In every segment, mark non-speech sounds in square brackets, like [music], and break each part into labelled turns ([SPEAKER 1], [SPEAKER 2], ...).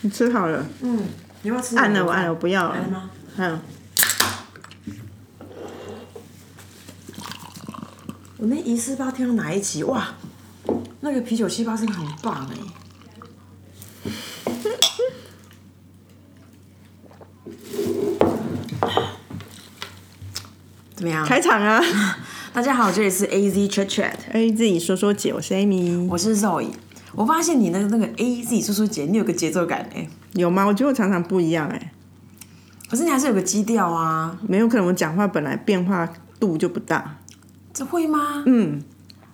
[SPEAKER 1] 你吃好了，
[SPEAKER 2] 嗯，你要不要吃？
[SPEAKER 1] 按了我按了，我不要
[SPEAKER 2] 来
[SPEAKER 1] 了。
[SPEAKER 2] 吗？
[SPEAKER 1] 嗯，
[SPEAKER 2] 我那一四八听到哪一集？哇，那个啤酒七八声很棒哎、怎么样？
[SPEAKER 1] 开场啊
[SPEAKER 2] [laughs] 大家好，这里是 A Z Chat Chat，
[SPEAKER 1] ！A 哎自己说说姐，我是 Amy。
[SPEAKER 2] 我是 Zoe。我发现你那个那个 A Z 叔叔姐，你有个节奏感哎、
[SPEAKER 1] 有吗？我觉得我常常不一样哎、
[SPEAKER 2] 可是你还是有个基调啊，
[SPEAKER 1] 没有可能我讲话本来变化度就不大。
[SPEAKER 2] 这会吗？
[SPEAKER 1] 嗯，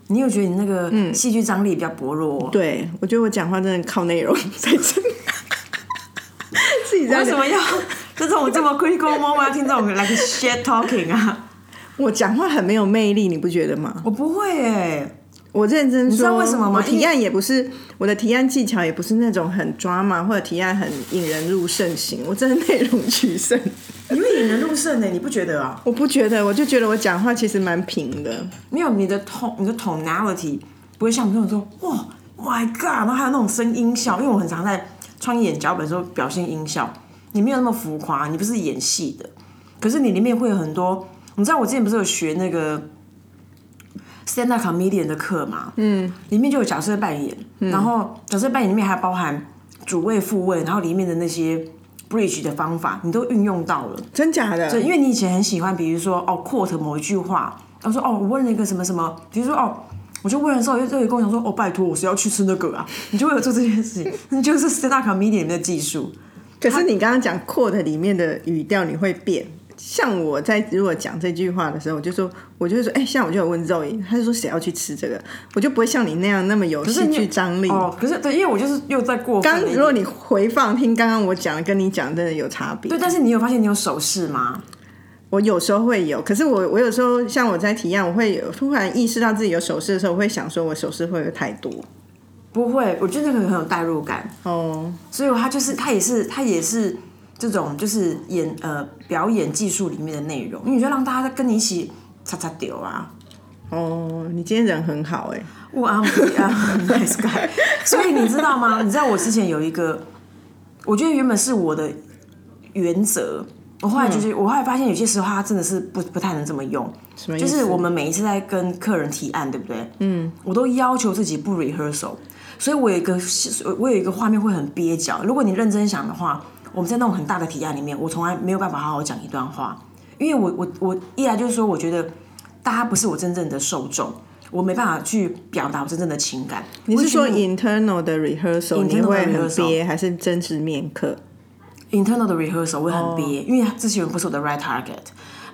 [SPEAKER 2] 你有觉得你那个戏剧张力比较薄弱、
[SPEAKER 1] 对，我觉得我讲话真的靠内容在这。 [laughs] 自己在
[SPEAKER 2] 为什
[SPEAKER 1] 聊
[SPEAKER 2] 么要 [laughs] 这种这么 critical moment 要听这种 like shit talking 啊？
[SPEAKER 1] 我讲话很没有魅力，你不觉得吗？
[SPEAKER 2] 我不会哎、
[SPEAKER 1] 我认真说，你
[SPEAKER 2] 知道为什么吗
[SPEAKER 1] 我
[SPEAKER 2] 因为
[SPEAKER 1] 提案也不是我的提案技巧，也不是那种很抓马或者提案很引人入胜型，我真的内容取胜。 [laughs]
[SPEAKER 2] 你会引人入胜哎、你不觉得啊？
[SPEAKER 1] 我不觉得，我就觉得我讲话其实蛮平的。
[SPEAKER 2] 没有你的 ton 你的 tonality 不会像我们这种说哇 my god，然后还有那种声音效，因为我很常在创意演脚本的时候表现音效，你没有那么浮夸，你不是演戏的，可是你里面会有很多，你知道我之前不是有学那个 stand up comedian 的课嘛，嗯，里面就有角色扮演，然后角色扮演里面还包含主谓副谓，然后里面的那些 bridge 的方法，你都运用到了。
[SPEAKER 1] 真假的？
[SPEAKER 2] 对，因为你以前很喜欢，比如说哦，quote 某一句话，然后说哦，我问了一个什么什么，比如说哦，我就问的时候，又又有跟我讲说哦，拜托，我谁要去吃那个啊？你就会有做这件事情，那就是 stand up comedy 里面的技术。
[SPEAKER 1] 可是你刚刚讲 quote 里面的语调你会变，像我在如果讲这句话的时候，我就说，我就会说，哎、像我就有问 Zoe，他就说谁要去吃这个，我就不会像你那样那么有
[SPEAKER 2] 可是
[SPEAKER 1] 戏
[SPEAKER 2] 你
[SPEAKER 1] 剧张力。
[SPEAKER 2] 哦，可是对，因为我就是又在过分
[SPEAKER 1] 刚
[SPEAKER 2] 了一
[SPEAKER 1] 如果
[SPEAKER 2] 点。
[SPEAKER 1] 你回放听刚刚我讲的跟你讲的真的有差别
[SPEAKER 2] 对，，但是你有发现你有手势吗？
[SPEAKER 1] 我有时候会有，可是我我有时候像我在提案，我会有突然意识到自己有手势的时候，我会想说我手势会不会太多？
[SPEAKER 2] 不会，我觉得那个很有代入感，
[SPEAKER 1] 哦，
[SPEAKER 2] 所以他就是他也是他也是这种就是演呃表演技术里面的内容，因为你就让大家跟你一起擦擦丢啊，
[SPEAKER 1] 哦，你今天人很好哎、
[SPEAKER 2] 我啊，我啊 [laughs] ，nice guy。所以你知道吗？ [laughs] 你知道我之前有一个，我觉得原本是我的原则，我后来就是，我后来发现有些时候它真的是不不太能这么用。
[SPEAKER 1] 什么意
[SPEAKER 2] 就
[SPEAKER 1] 思？
[SPEAKER 2] 是我们每一次在跟客人提案，对不对？嗯，我都要求自己不 rehearsal，所以我有一个我有一个画面会很蹩脚。如果你认真想的话，我们在那种很大的提案里面，我从来没有办法好好讲一段话，因为我我我一来就是说，我觉得大家不是我真正的受众，我没办法去表达我真正的情感。
[SPEAKER 1] 你是说
[SPEAKER 2] 我就觉
[SPEAKER 1] internal 的 rehearsal 你
[SPEAKER 2] Internal 的
[SPEAKER 1] 会很
[SPEAKER 2] rehearsal
[SPEAKER 1] 憋，还是真实面课？
[SPEAKER 2] 得 internal 的 rehearsal 我会很憋，因为这些人不是我的 right target。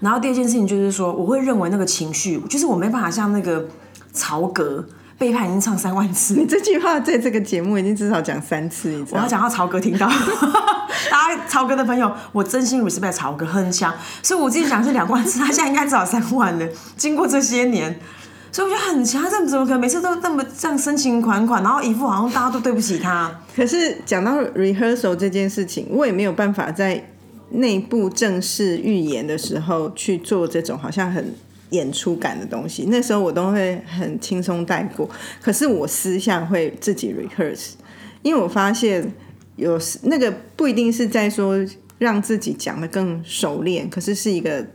[SPEAKER 2] 然后第二件事情就是说，我会认为那个情绪，就是我没办法像那个曹格背叛已经唱三万次，
[SPEAKER 1] 你这句话在这个节目已经至少讲三次，你知
[SPEAKER 2] 我
[SPEAKER 1] 道
[SPEAKER 2] 要
[SPEAKER 1] 吗？
[SPEAKER 2] 讲到曹哥听到， [laughs] 大家曹哥的朋友，我真心 respect 曹哥，很强。所以我之前讲是两万次，他现在应该至少三万了。经过这些年，所以我觉得很强，他这怎么可能每次都那么这样深情款款，然后一副好像大家都对不起他。
[SPEAKER 1] 可是讲到 rehearsal 这件事情，我也没有办法在内部正式预演的时候去做这种好像很演出感的东西。那时候我都会很轻松带过，可是我私下会自己 rehearse，因为我发现有时那个不一定是在说让自己讲的更熟练，可是是一个。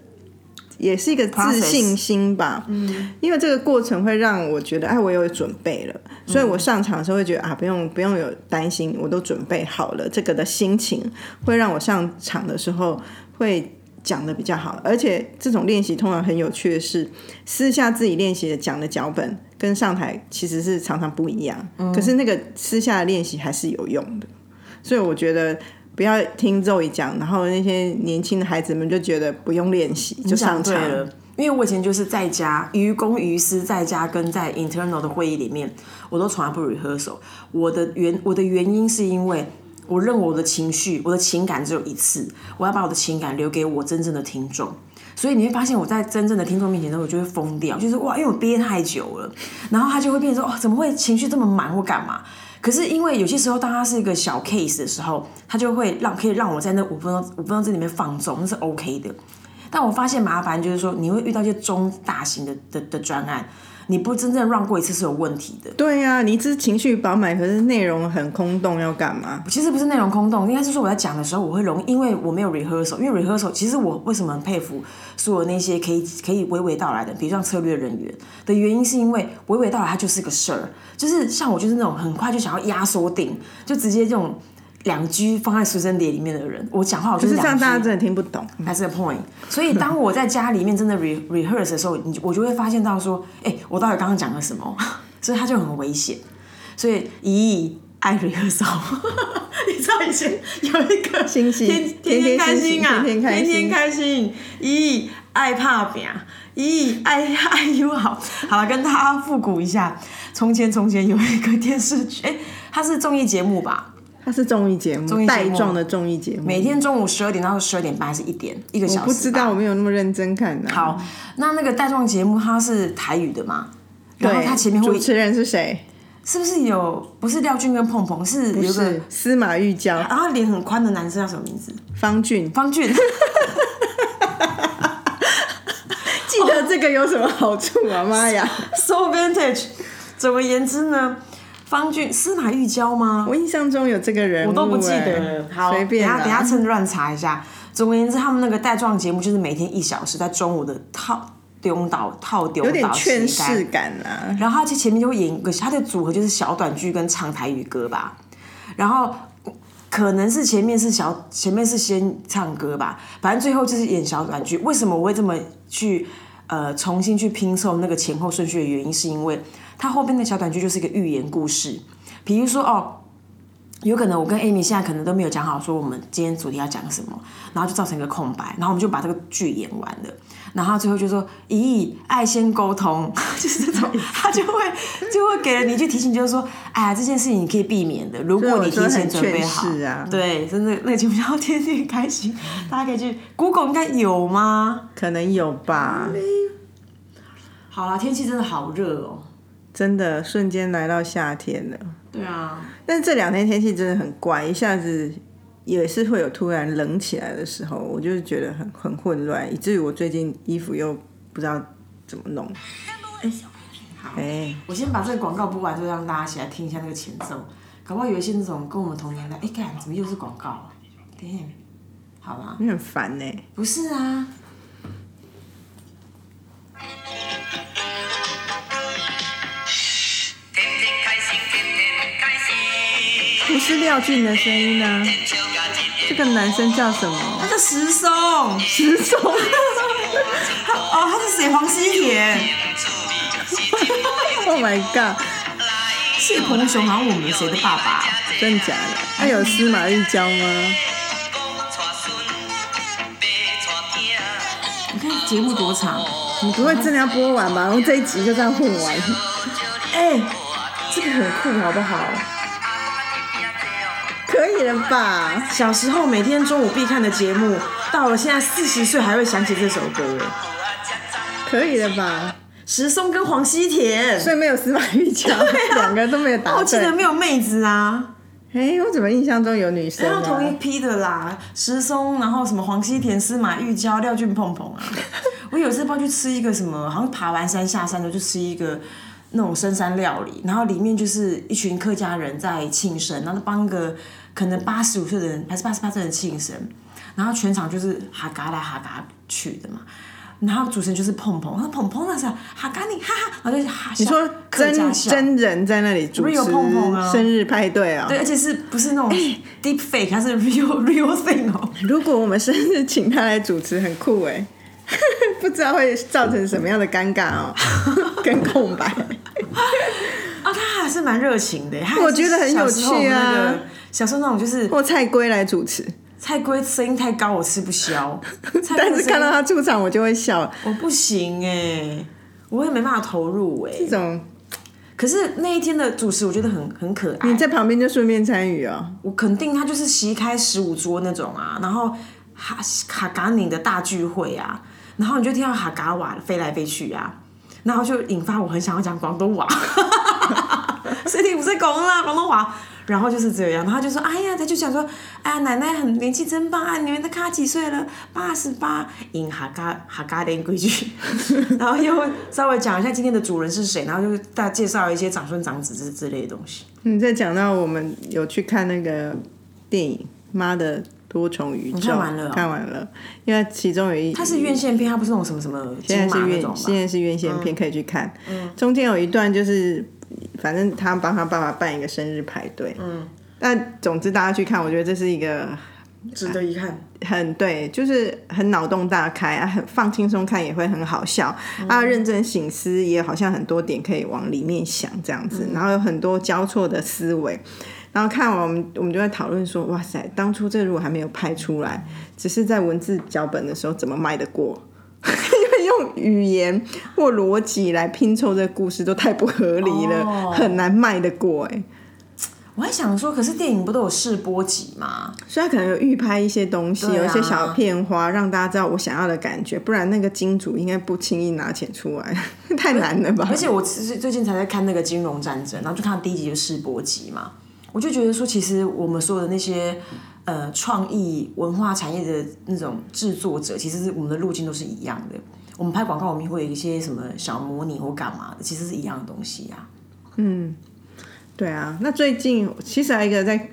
[SPEAKER 1] 也是一个自
[SPEAKER 2] Process
[SPEAKER 1] 信心吧，嗯，因为这个过程会让我觉得，哎，我有准备了，所以我上场的时候会觉得啊，不用不用有担心，我都准备好了。这个的心情会让我上场的时候会讲的比较好，而且这种练习通常很有趣的是，私下自己练习的讲的脚本跟上台其实是常常不一样，
[SPEAKER 2] 嗯
[SPEAKER 1] 可是那个私下的练习还是有用的，所以我觉得。不要听 Zoe 讲，然后那些年轻的孩子们就觉得不用练习就上
[SPEAKER 2] 讲
[SPEAKER 1] 场
[SPEAKER 2] 对了，因为我以前就是在家于公于私，在家跟在 internal 的会议里面，我都从来不 rehearsal。我的原我的原因是因为我认为我的情绪、我的情感只有一次，我要把我的情感留给我真正的听众。所以你会发现，我在真正的听众面前的时候，我就会疯掉，就是哇，因为我憋太久了，然后他就会变成说，哦，怎么会情绪这么满或干嘛？可是因为有些时候，当他是一个小 case 的时候，他就会让可以让我在那五分钟五分钟这里面放纵，那是 OK 的。但我发现麻烦就是说，你会遇到一些中大型的的的专案，你不真正让过一次是有问题的。
[SPEAKER 1] 对呀、你只是情绪饱满，可是内容很空洞，要干嘛？
[SPEAKER 2] 其实不是内容空洞，应该是说我在讲的时候，我会容易，因为我没有 rehearsal，因为 rehearsal，其实我为什么很佩服所有那些可以可以娓娓道来的，比如像策略人员的原因，是因为娓娓道来它就是个事儿，就是像我就是那种很快就想要压缩定，就直接这种两句放在随身碟里面的人，我讲话我就
[SPEAKER 1] 是
[SPEAKER 2] 是嗯
[SPEAKER 1] 这
[SPEAKER 2] 两
[SPEAKER 1] 样，
[SPEAKER 2] 句
[SPEAKER 1] 大家真的听不懂。
[SPEAKER 2] That's the point。所以当我在家里面真的
[SPEAKER 1] [laughs]
[SPEAKER 2] re rehearse 的时候，你我就会发现到说，哎、我到底刚刚讲了什么？ [laughs] 所以它就很危险。所以，咦，爱 rehearsal。你知道以前有一
[SPEAKER 1] [laughs]
[SPEAKER 2] 个
[SPEAKER 1] 星期
[SPEAKER 2] 天天天
[SPEAKER 1] 天天
[SPEAKER 2] 开心啊，
[SPEAKER 1] 星期天天开心
[SPEAKER 2] 天天开心，咦，爱怕饼，咦，爱爱友好。好了，跟大家复古一下，从前从前有一个电视剧，哎、它是综艺节目吧？
[SPEAKER 1] 它是综艺节
[SPEAKER 2] 艺
[SPEAKER 1] 目，
[SPEAKER 2] 节目
[SPEAKER 1] 带状的综艺节目。
[SPEAKER 2] 每天中午十二点到十二点半还是一点，一个小时吧。
[SPEAKER 1] 不知道，我没有那么认真看呢、啊
[SPEAKER 2] 好，那那个带状节目它是台语的嘛？然后
[SPEAKER 1] 对，
[SPEAKER 2] 它前面会
[SPEAKER 1] 主持人是谁？
[SPEAKER 2] 是不是有不是廖俊跟鹏鹏是啊有一个，
[SPEAKER 1] 是司马玉娇、
[SPEAKER 2] 然后脸很宽的男生叫什么名字？
[SPEAKER 1] 方俊。
[SPEAKER 2] 方俊。
[SPEAKER 1] [laughs] 记得这个有什么好处啊？妈呀！
[SPEAKER 2] so 哦 vintage。总而言之呢，方俊司马玉娇吗？
[SPEAKER 1] 我印象中有这个人、
[SPEAKER 2] 我都不记得了。
[SPEAKER 1] 嗯
[SPEAKER 2] 好，
[SPEAKER 1] 随便
[SPEAKER 2] 等
[SPEAKER 1] 啦
[SPEAKER 2] 下等下趁乱查一下。总而言之，他们那个带状节目就是每天一小时，在中午的套丢岛套丢岛
[SPEAKER 1] 有点劝
[SPEAKER 2] 时间
[SPEAKER 1] 世感啊啦。
[SPEAKER 2] 然后他就前面就会演一个，他的组合就是小短剧跟唱台语歌吧，然后可能是前面是小，前面是先唱歌吧，反正最后就是演小短剧。为什么我会这么去呃重新去拼凑那个前后顺序的原因，是因为它后边的小短剧就是一个寓言故事，比如说哦。有可能我跟 Amy 现在可能都没有讲好，说我们今天主题要讲什么，然后就造成一个空白，然后我们就把这个剧演完了，然后最后就说：“咦，爱先沟通， [laughs] 就是
[SPEAKER 1] [laughs]
[SPEAKER 2] 这种，他就会就会给了你一句提醒，就是说，哎呀，这件事情你可以避免的，如果你提前准备好
[SPEAKER 1] 所以我说很劝世，啊
[SPEAKER 2] 对，真的那个节目叫《天天开心》，大家可以去 Google 应该有吗？
[SPEAKER 1] 可能有吧，
[SPEAKER 2] 好啦，天气真的好热哦。
[SPEAKER 1] 真的瞬间来到夏天了。
[SPEAKER 2] 对啊，
[SPEAKER 1] 但是这两天天气真的很怪，一下子也是会有突然冷起来的时候，我就是觉得很很混乱，以至于我最近衣服又不知道怎么弄。
[SPEAKER 2] 好
[SPEAKER 1] 哎、
[SPEAKER 2] 我先把这个广告播完，就让大家起来听一下那个前奏，搞不好有一些那种跟我们同年代，哎、干怎么又是广告啊？Damn，好啦，
[SPEAKER 1] 你很烦呢、
[SPEAKER 2] 不是啊，
[SPEAKER 3] 天天开心，天天开心，
[SPEAKER 1] 不是廖俊的声音啊，
[SPEAKER 3] 天笑到日
[SPEAKER 1] 这
[SPEAKER 3] 日
[SPEAKER 1] 个男生叫什么？ [laughs]
[SPEAKER 2] 他是石松，石松，哦，他是谁？黄西田，
[SPEAKER 3] 趣味，是
[SPEAKER 1] Oh my god！
[SPEAKER 2] 谢鹏雄，好像我们谁的爸啊爸？
[SPEAKER 1] 真的假的？他有司马玉娇吗？
[SPEAKER 3] 讲娶孙，爸娶囝。
[SPEAKER 2] 你看节目多长？
[SPEAKER 1] 你不会真的要播完吧？我们这一集就这样混完？
[SPEAKER 2] 哎、这个很酷，好不好？
[SPEAKER 1] 可以了吧？
[SPEAKER 2] 小时候每天中午必看的节目，到了现在四十岁还会想起这首歌，哎，
[SPEAKER 1] 可以了吧？
[SPEAKER 2] 石松跟黄西田，
[SPEAKER 1] 所以没有司马玉娇，两个都没有
[SPEAKER 2] 那
[SPEAKER 1] 答
[SPEAKER 2] 啊我记
[SPEAKER 1] 对
[SPEAKER 2] 得。没有妹子啊。
[SPEAKER 1] 哎、我怎么印象中有女生、
[SPEAKER 2] 然后
[SPEAKER 1] 啊？
[SPEAKER 2] 同一批的啦，石松，然后什么黄西田、司马玉娇、廖俊鹏鹏
[SPEAKER 1] [laughs]
[SPEAKER 2] 啊。我有一次不知道去吃一个什么，好像爬完山下山的，就吃一个那种深山料理，然后里面就是一群客家人在庆生，然后帮个可能八十五岁的人还是八十八岁的人庆生，然后全场就是哈嘎来哈嘎去的嘛。然后主持人就是碰碰，他说碰碰那是哈嘎你哈哈，然后就哈
[SPEAKER 1] 你说
[SPEAKER 2] 客家
[SPEAKER 1] 真
[SPEAKER 2] 笑
[SPEAKER 1] 真人在那里主
[SPEAKER 2] Real
[SPEAKER 1] 持
[SPEAKER 2] 碰碰啊
[SPEAKER 1] 生日派对啊、
[SPEAKER 2] 对，而且是不是
[SPEAKER 1] [laughs]
[SPEAKER 2] 那种
[SPEAKER 1] 哎
[SPEAKER 2] deep fake，它是 real real thing 哦。
[SPEAKER 1] 如果我们生日请他来主持，很酷哎、 [laughs] 不知道会造成什么样的尴尬
[SPEAKER 2] [laughs]
[SPEAKER 1] 哦、跟空白。
[SPEAKER 2] 啊，他还是蛮热情的耶，他还是
[SPEAKER 1] 我觉得很有趣啊
[SPEAKER 2] 小时候那个。小时候那种就是
[SPEAKER 1] 或蔡圭来主持，
[SPEAKER 2] 菜龟声音太高，我吃不
[SPEAKER 1] [laughs]
[SPEAKER 2] 消。菜龟
[SPEAKER 1] 但
[SPEAKER 2] 的声
[SPEAKER 1] 是
[SPEAKER 2] 音
[SPEAKER 1] 看到他出场我就会笑。
[SPEAKER 2] 我不行哎、我也没办法投入哎、
[SPEAKER 1] 这种
[SPEAKER 2] 可是那一天的主持我觉得很很可爱
[SPEAKER 1] 你，在旁边就顺便参与哦。
[SPEAKER 2] 我肯定他就是席开十五桌那种啊，然后哈哈嘎宁的大聚会啊，然后你就听到哈嘎瓦飞来飞去啊，然后就引发我很想要讲广东话，所以你不是讲啦广东话，然后就是这样，然后他就说：“哎呀，他就想说，哎呀，奶奶很年纪真棒啊，你们的卡几岁了？八十八，因哈嘎哈嘎的规矩。”然后又稍微讲一下今天的主人是谁，然后就大家介绍一些长孙长子之之类的东西。
[SPEAKER 1] 你在讲到我们有去看那个电影《妈的多重宇宙》，
[SPEAKER 2] 看完了哦
[SPEAKER 1] 看完了，因为其中有一
[SPEAKER 2] 它是院线片，它不是那种什么什么金
[SPEAKER 1] 现在
[SPEAKER 2] 马
[SPEAKER 1] 是
[SPEAKER 2] 那
[SPEAKER 1] 院
[SPEAKER 2] 种吧嗯
[SPEAKER 1] 现？在是院线片可以去看，中间有一段就是反正他帮他爸爸办一个生日派对，嗯，但总之大家去看，我觉得这是一个
[SPEAKER 2] 值得一看。
[SPEAKER 1] 很对，就是很脑洞大开啊，很放轻松看也会很好笑、啊，认真醒思也好像很多点可以往里面想这样子，然后有很多交错的思维。然后看完，我们我们就在讨论说，哇塞，当初这如果还没有拍出来，只是在文字脚本的时候，怎么卖得过？ [laughs] 因为用语言或逻辑来拼凑这个故事都太不合理了，
[SPEAKER 2] 哦
[SPEAKER 1] 很难卖得过哎、
[SPEAKER 2] 我还想说，可是电影不都有试播集吗？
[SPEAKER 1] 所以他可能有预拍一些东西，
[SPEAKER 2] 对啊
[SPEAKER 1] 有一些小片花，让大家知道我想要的感觉，不然那个金主应该不轻易拿钱出来， [laughs] 太难了吧
[SPEAKER 2] 而？且我其实最近才在看那个金融战争，然后就看到第一集就世博集嘛，我就觉得说，其实我们所有的那些呃创意文化产业的那种制作者，其实是我们的路径都是一样的。我们拍广告，我们会有一些什么小模拟或干嘛的，其实是一样的东西啊呀、
[SPEAKER 1] 对啊，那最近其实还有一个在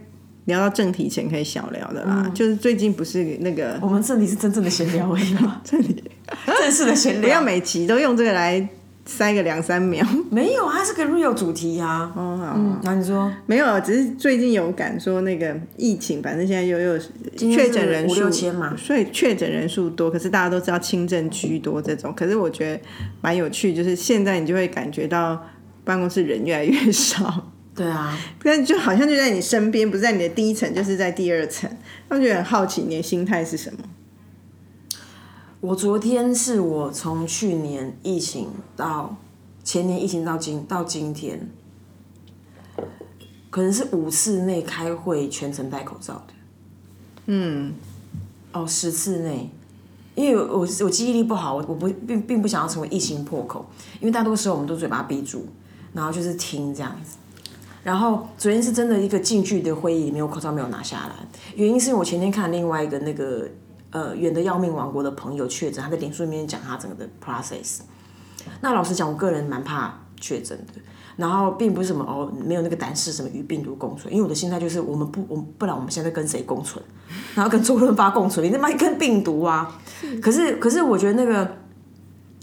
[SPEAKER 1] 聊到正题前可以小聊的
[SPEAKER 2] 嗯
[SPEAKER 1] 啦，就是最近不是那个
[SPEAKER 2] 我们这里是真正的闲哦聊而已
[SPEAKER 1] [laughs]
[SPEAKER 2] 嘛，这里正式的闲
[SPEAKER 1] 不要
[SPEAKER 2] 聊，
[SPEAKER 1] 每集都用这个来塞个两三秒，
[SPEAKER 2] 没有，啊它是个 real 主题呀、
[SPEAKER 1] 哦好
[SPEAKER 2] 嗯，然后你说
[SPEAKER 1] 没有，啊只是最近有感说那个疫情，反正现在又又
[SPEAKER 2] 天是
[SPEAKER 1] 确诊人数
[SPEAKER 2] 五六千嘛
[SPEAKER 1] 所以确诊人数多，可是大家都知道轻症居多这种。可是我觉得蛮有趣，就是现在你就会感觉到办公室人越来越少， [laughs]
[SPEAKER 2] 对啊，
[SPEAKER 1] 但就好像就在你身边，不是在你的第一层，就是在第二层。他们就很好奇你的心态是什么。
[SPEAKER 2] 我昨天是我从去年疫情到前年疫情到今到今天，可能是五次内开会全程戴口罩的。嗯，哦，十次内，因为我我我记忆力不好，我我不并并不想要成为疫情破口，因为大多时候我们都嘴巴闭住，然后就是听这样子。然后昨天是真的一个近距离的会议里面，我口罩没有拿下来，原因是因为我前天看另外一个那个呃远的要命王国的朋友确诊，他在脸书里面讲他整个的 process。那老实讲，我个人蛮怕确诊的，然后并不是什么哦没有那个胆识什么与病毒共存，因为我的心态就是我们不我们不然我们现在跟谁共存，然后跟周润发共存，你他妈跟病毒啊！可是可是我觉得那个，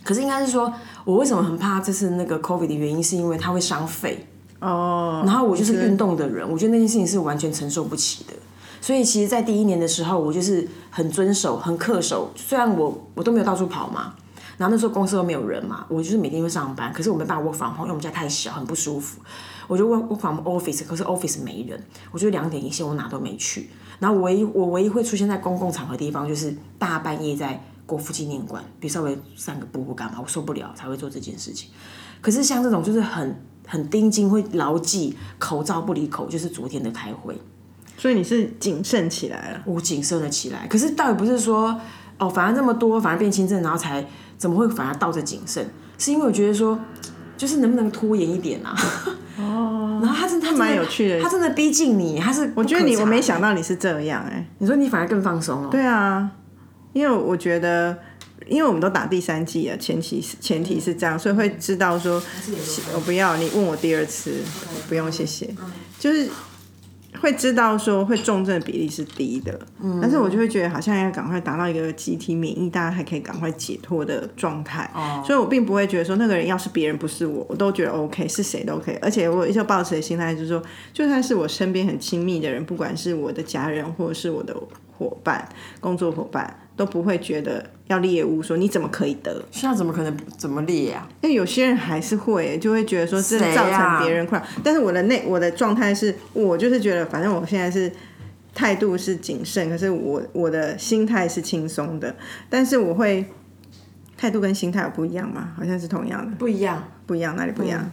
[SPEAKER 2] 可是应该是说我为什么很怕这次那个 COVID 的原因，是因为它会伤肺。
[SPEAKER 1] 哦，
[SPEAKER 2] 然后我就是运动的人，我觉得那件事情是完全承受不起的。所以其实，在第一年的时候，我就是很遵守、很恪守。虽然我我都没有到处跑嘛，然后那时候公司都没有人嘛，我就是每天会上班，可是我没办法 work from home，因为我们家太小，很不舒服。我就 work work from office，可是 office 没人，我就两点一线，我哪都没去。然后唯一我唯一会出现在公共场合的地方，就是大半夜在国父纪念馆，比如稍微散个步或干嘛，我受不了才会做这件事情。可是像这种就是很很盯紧，会牢记口罩不离口，就是昨天的开会，
[SPEAKER 1] 所以你是谨慎起来了。
[SPEAKER 2] 我谨慎了起来。可是倒也不是说哦，反而这么多，反而变轻症，然后才怎么会反而倒着谨慎？是因为我觉得说，就是能不能拖延一点啊？哦，然后他真的他真的
[SPEAKER 1] 蛮有趣的
[SPEAKER 2] 他真的逼近你，他是
[SPEAKER 1] 我觉得你
[SPEAKER 2] 不可
[SPEAKER 1] 我
[SPEAKER 2] 察
[SPEAKER 1] 没想到你是这样哎、
[SPEAKER 2] 你说你反而更放松哦。
[SPEAKER 1] 对啊，因为我觉得，因为我们都打第三季了，前提是前提是这样，所以会知道说，我不要你问我第二次，不用谢谢，就是会知道说会重症比例是低的，但是我就会觉得好像要赶快达到一个集体免疫，大家还可以赶快解脱的状态，所以我并不会觉得说那个人要是别人不是我，我都觉得 OK，是谁都可以，而且我一直抱持的心态就是说，就算是我身边很亲密的人，不管是我的家人或者是我的伙伴、工作伙伴，都不会觉得要猎物说你怎么可以得，
[SPEAKER 2] 现在怎么可能怎么列啊呀、
[SPEAKER 1] 因为有些人还是会就会觉得说这
[SPEAKER 2] 谁啊
[SPEAKER 1] 造
[SPEAKER 2] 呀
[SPEAKER 1] 成别人困扰，但是我的内我的状态是我就是觉得反正我现在是。态度是谨慎，可是我我的心态是轻松的，但是我会态度跟心态有不一样吗？好像是同样的，
[SPEAKER 2] 不一样，
[SPEAKER 1] 不一样，哪里不一
[SPEAKER 2] 嗯
[SPEAKER 1] 样？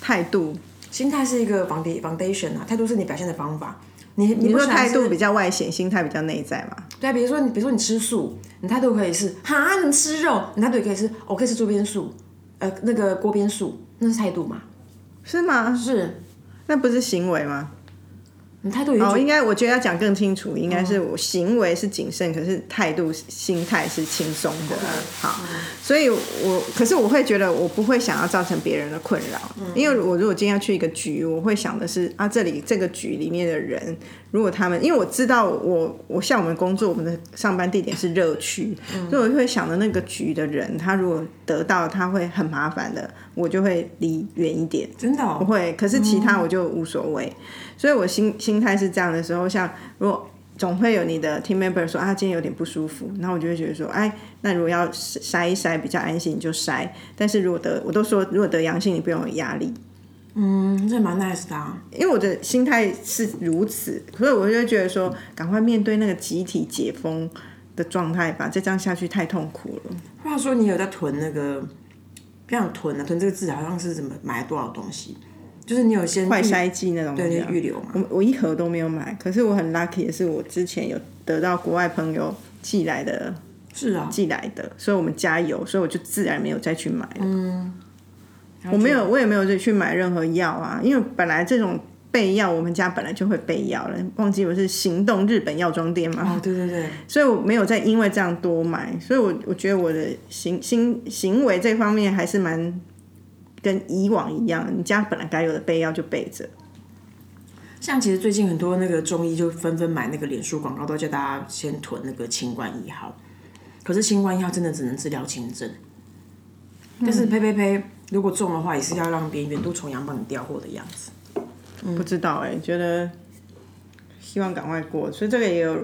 [SPEAKER 1] 态度，
[SPEAKER 2] 心态是一个 founda- foundation 啊，态度是你表现的方法。你你
[SPEAKER 1] 你
[SPEAKER 2] 不
[SPEAKER 1] 说
[SPEAKER 2] 喜欢
[SPEAKER 1] 态
[SPEAKER 2] 是
[SPEAKER 1] 度比较外显，心态比较内在嘛？
[SPEAKER 2] 对啊，比如说你，比如说你吃素，你态度可以是哈，能吃肉，你态度也可以是哦我可以吃猪边素，呃，那个锅边素，那是态度嘛？
[SPEAKER 1] 是吗？
[SPEAKER 2] 是
[SPEAKER 1] 那不是行为吗？
[SPEAKER 2] 你态度已经
[SPEAKER 1] 哦，
[SPEAKER 2] 决
[SPEAKER 1] 应该我觉得要讲更清楚，应该是我行为是谨慎，可是态度、心态是轻松的。好，所以我可是我会觉得我不会想要造成别人的困扰，因为我如果今天要去一个局，我会想的是啊，这里这个局里面的人，如果他们因为我知道我我像我们工作，我们的上班地点是热区，所以我就会想着那个局的人，他如果得到他会很麻烦的，我就会离远一点。
[SPEAKER 2] 真的、
[SPEAKER 1] 不
[SPEAKER 2] 哦，
[SPEAKER 1] 会，可是其他我就无所谓。所以我心心态是这样的时候，像如果总会有你的 team member 说啊，今天有点不舒服，然后我就会觉得说，哎，那如果要筛一筛比较安心，你就筛。但是如果得，我都说如果得阳性，你不用有压力，
[SPEAKER 2] 嗯，这蛮 nice 的、啊。
[SPEAKER 1] 因为我的心态是如此，所以我就觉得说，赶快面对那个集体解封的状态吧，再这样下去太痛苦了。
[SPEAKER 2] 话说你有在囤那个，不想囤啊，囤这个字好像是怎么买了多少东西，就是你有先
[SPEAKER 1] 快
[SPEAKER 2] 预
[SPEAKER 1] 筛剂那种
[SPEAKER 2] 嗯对
[SPEAKER 1] 东西
[SPEAKER 2] 对
[SPEAKER 1] 啊
[SPEAKER 2] 预留嘛，
[SPEAKER 1] 我我一盒都没有买，可是我很 lucky 的是，我之前有得到国外朋友寄来的
[SPEAKER 2] 是啊，
[SPEAKER 1] 寄来的，所以我们加油，所以我就自然没有再去买了。
[SPEAKER 2] 然后
[SPEAKER 1] 我没
[SPEAKER 2] 就
[SPEAKER 1] 有，我也没有再去买任何药啊，因为本来这种备药，我们家本来就会备药了。忘记我是行动日本药妆店嘛，
[SPEAKER 2] 哦，对对对，
[SPEAKER 1] 所以我没有再因为这样多买，所以我我觉得我的行行行为这方面还是蛮跟以往一样，你家本来该有的备药就备着。
[SPEAKER 2] 像其实最近很多那个中医就纷纷买那个脸书广告，都叫大家先囤那个清冠一号。可是清冠一号真的只能治疗轻症，但是呸呸呸，如果中的话，也是要让别人远渡重洋帮你调货的样子。
[SPEAKER 1] 不知道哎、觉得希望赶快过，所以这个也有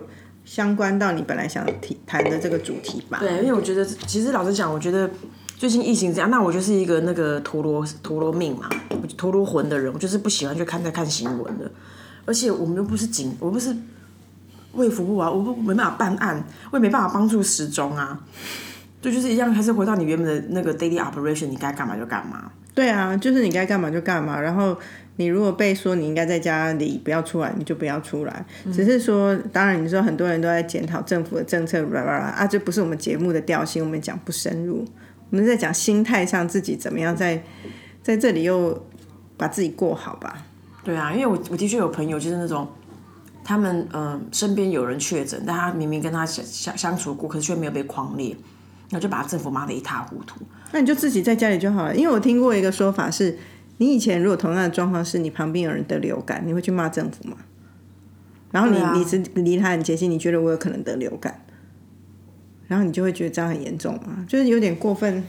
[SPEAKER 1] 相关到你本来想提谈的这个主题吧？
[SPEAKER 2] 对，因为我觉得其实老实讲，我觉得最近疫情这样，那我就是一个那个陀螺陀螺命嘛，陀螺魂的人，我就是不喜欢去看在看新闻的。而且我们又不是警，我不是卫福部啊，我不没办法办案，我也没办法帮助时钟啊。对，就是一样，还是回到你原本的那个 daily operation，你该干嘛就干嘛。
[SPEAKER 1] 对啊，就是你该干嘛就干嘛，然后你如果被说你应该在家里不要出来，你就不要出来。只是说，当然你说很多人都在检讨政府的政策，啦啦啦啊，这不是我们节目的调性，我们讲不深入，我们在讲心态上自己怎么样在在这里又把自己过好吧。
[SPEAKER 2] 对啊，因为我我的确有朋友就是那种，他们嗯、呃身边有人确诊，但他明明跟他相相相处过，可是却没有被框列，然后就把政府骂得一塌糊涂。
[SPEAKER 1] 那你就自己在家里就好了。因为我听过一个说法是，你以前如果同样的状况是你旁边有人得流感，你会去骂政府吗？然后你、
[SPEAKER 2] 对啊
[SPEAKER 1] 你只离他很接近，你觉得我有可能得流感，然后你就会觉得这样很严重嘛，就是有点过分。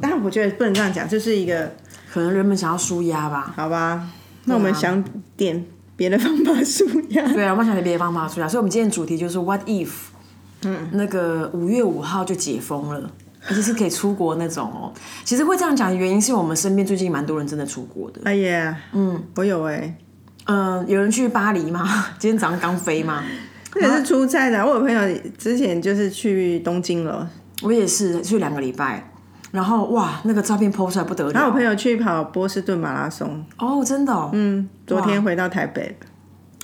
[SPEAKER 1] 但我觉得不能这样讲，这是一个
[SPEAKER 2] 可能人们想要舒压吧。
[SPEAKER 1] 好吧？那我们
[SPEAKER 2] 啊
[SPEAKER 1] 想点别的方法舒压。
[SPEAKER 2] 对啊，我们想点别的方法出来，所以我们今天的主题就是 What if？嗯，那个五月五号就解封了。而且是可以出国那种哦。其实会这样讲的原因，是因为我们身边最近蛮多人真的出国的。
[SPEAKER 1] 哎呀，嗯，我有哎、
[SPEAKER 2] 嗯、有人去巴黎嘛， [laughs] 今天早上刚飞嘛。
[SPEAKER 1] 这也是出差的啊。我有朋友之前就是去东京了，
[SPEAKER 2] 我也是去两个礼拜，然后哇，那个照片 PO 出来不得
[SPEAKER 1] 然后我
[SPEAKER 2] 了。
[SPEAKER 1] 朋友去跑波士顿马拉松，
[SPEAKER 2] 哦，真的哦。嗯。
[SPEAKER 1] 嗯，昨天回到台北了。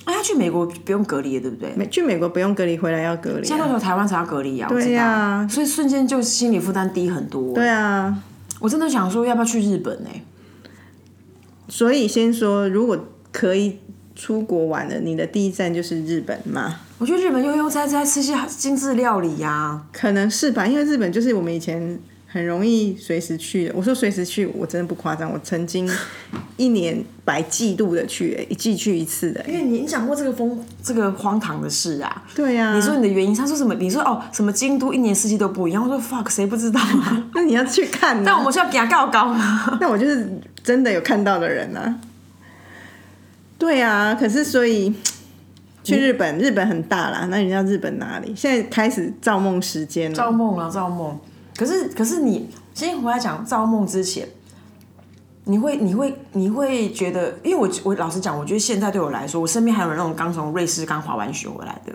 [SPEAKER 2] 哎，他去美国不用隔离，对不对？
[SPEAKER 1] 美去美国不用隔离，回来要隔离、
[SPEAKER 2] 现在
[SPEAKER 1] 啊。
[SPEAKER 2] 到台湾才要隔离啊，我知道
[SPEAKER 1] 对啊
[SPEAKER 2] 所以瞬间就心理负担低很多。
[SPEAKER 1] 对啊，
[SPEAKER 2] 我真的想说，要不要去日本呢、欸
[SPEAKER 1] 所以先说，如果可以出国玩的，你的第一站就是日本嘛？
[SPEAKER 2] 我觉得日本悠悠哉哉吃些精致料理呀、
[SPEAKER 1] 可能是吧，因为日本就是我们以前很容易随时去的。我说随时去，我真的不夸张，我曾经一年百季度的去、欸一季去一次的、欸
[SPEAKER 2] 因为你你讲过这个疯这个荒唐的事啊，
[SPEAKER 1] 对呀、
[SPEAKER 2] 你说你的原因，他说什么？你说哦什么京都一年四季都不一样，我说 fuck 谁不知
[SPEAKER 1] [laughs]
[SPEAKER 2] 道啊？
[SPEAKER 1] 那你要去看、啊，
[SPEAKER 2] 但我们是要给他告高吗？
[SPEAKER 1] [laughs] 那我就是真的有看到的人啊。对啊，可是所以去日
[SPEAKER 2] 嗯
[SPEAKER 1] 本，日本很大啦。那你知道日本哪里？现在开始造梦时间了。[laughs]
[SPEAKER 2] 造梦啊造梦，可是可是你先回来讲造梦之前。你会，你会，你会觉得，因为我，我老实讲，我觉得现在对我来说，我身边还有那种刚从瑞士刚滑完雪回来的，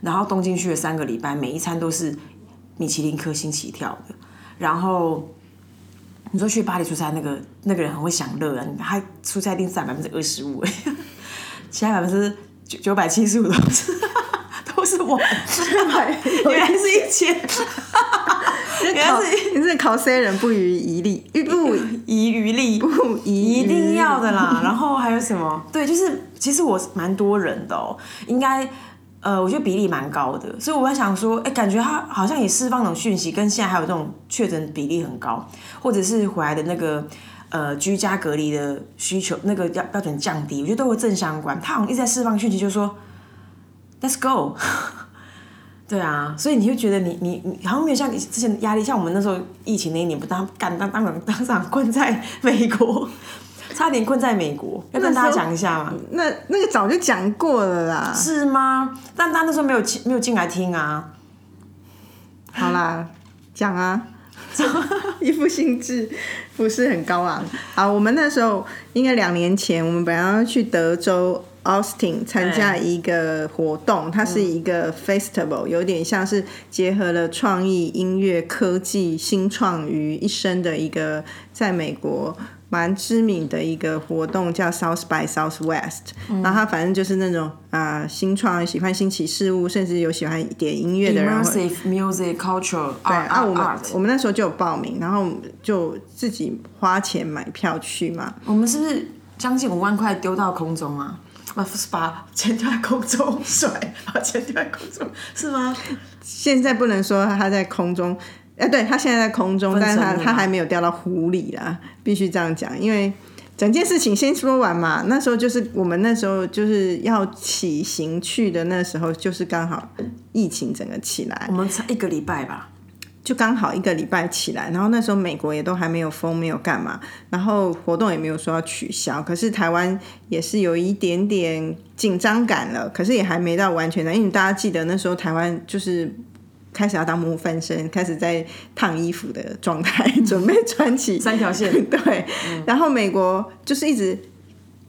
[SPEAKER 2] 然后东京去了三个礼拜，每一餐都是米其林颗星起跳的。然后你说去巴黎出差，那个那个人很会享乐啊，他出差一定占百分之二十五，哎其他百分之九九百七十五都是 [laughs] 都是我，原来是一千，原
[SPEAKER 1] 考
[SPEAKER 2] 来是
[SPEAKER 1] 你是考 C 人不遗余力，不
[SPEAKER 2] 不遗余力，
[SPEAKER 1] 不遗余力
[SPEAKER 2] 一定要的啦。然后还有什么？对，就是其实我蛮多人的哦，应该呃，我觉得比例蛮高的，所以我在想说，哎，感觉他好像也释放那种讯息，跟现在还有这种确诊比例很高，或者是回来的那个。呃，居家隔离的需求那个要标准降低，我觉得都会正相关。他好像一直在释放讯息，就是说，Let's go，对啊，所以你就觉得你你你好像没有像你之前的压力，像我们那时候疫情那一年，不当干当当当场困在美国，差点困在美国，要跟大家讲一下嘛，
[SPEAKER 1] 那那个早就讲过了啦。
[SPEAKER 2] 是吗？但他那时候没有进没有进来听啊，
[SPEAKER 1] 好啦，讲啊， [laughs] 一副兴致不是很高昂啊。我们那时候应该两年前，我们本来要去德州 Austin 参加一个活动，它是一个 festival，有点像是结合了创意、音乐、科技、新创于一身的一个在美国。蛮知名的一个活动叫 South by Southwest，、然后它反正就是那种啊、呃新创喜欢新奇事物，甚至有喜欢一点音乐的人会
[SPEAKER 2] immersive music culture
[SPEAKER 1] 对
[SPEAKER 2] art
[SPEAKER 1] 啊，我们
[SPEAKER 2] art
[SPEAKER 1] 我们那时候就有报名，然后我们就自己花钱买票去嘛。
[SPEAKER 2] 我们是不是将近五万块丢到空中啊？不是把钱丢在空中甩，把钱丢在空中是吗？
[SPEAKER 1] 现在不能说它在空中，哎、对，它现在在空中，但是它
[SPEAKER 2] 分层了
[SPEAKER 1] 它还没有掉到湖里啦，必须这样讲，因为。整件事情先说完嘛，那时候就是我们那时候就是要起行去的，那时候就是刚好疫情整个起来，
[SPEAKER 2] 我们才一个礼拜吧，
[SPEAKER 1] 就刚好一个礼拜起来，然后那时候美国也都还没有封，没有干嘛，然后活动也没有说要取消，可是台湾也是有一点点紧张感了，可是也还没到完全的，因为大家记得那时候台湾就是。开始要当模范生，开始在烫衣服的状态， [laughs] 准备穿起
[SPEAKER 2] 三条线
[SPEAKER 1] [laughs] 对，然后美国就是一直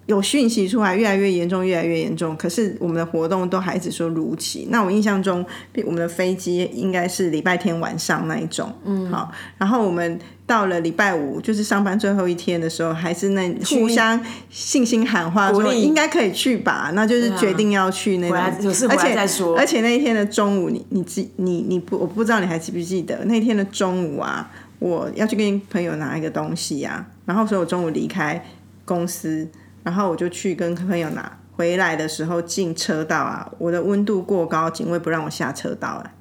[SPEAKER 1] 有讯息出来，越来越严重，越来越严重。可是我们的活动都还只说如期。那我印象中，我们的飞机应该是礼拜天晚上那一种，嗯，好。然后我们到了礼拜五，就是上班最后一天的时候，还是那
[SPEAKER 2] 去
[SPEAKER 1] 互相信心喊话
[SPEAKER 2] 鼓
[SPEAKER 1] 说
[SPEAKER 2] 励
[SPEAKER 1] 应该可以去吧，那就是
[SPEAKER 2] 对啊
[SPEAKER 1] 决定要去那
[SPEAKER 2] 回
[SPEAKER 1] 种
[SPEAKER 2] 来。有事回
[SPEAKER 1] 而
[SPEAKER 2] 来
[SPEAKER 1] 且
[SPEAKER 2] 再说
[SPEAKER 1] 而且那一天的中午，你你记你你不我不知道你还记不记得那天的中午啊，我要去跟朋友拿一个东西啊，然后所以我中午离开公司，然后我就去跟朋友拿。回来的时候进车道啊，我的温度过高，警卫不让我下车道哎、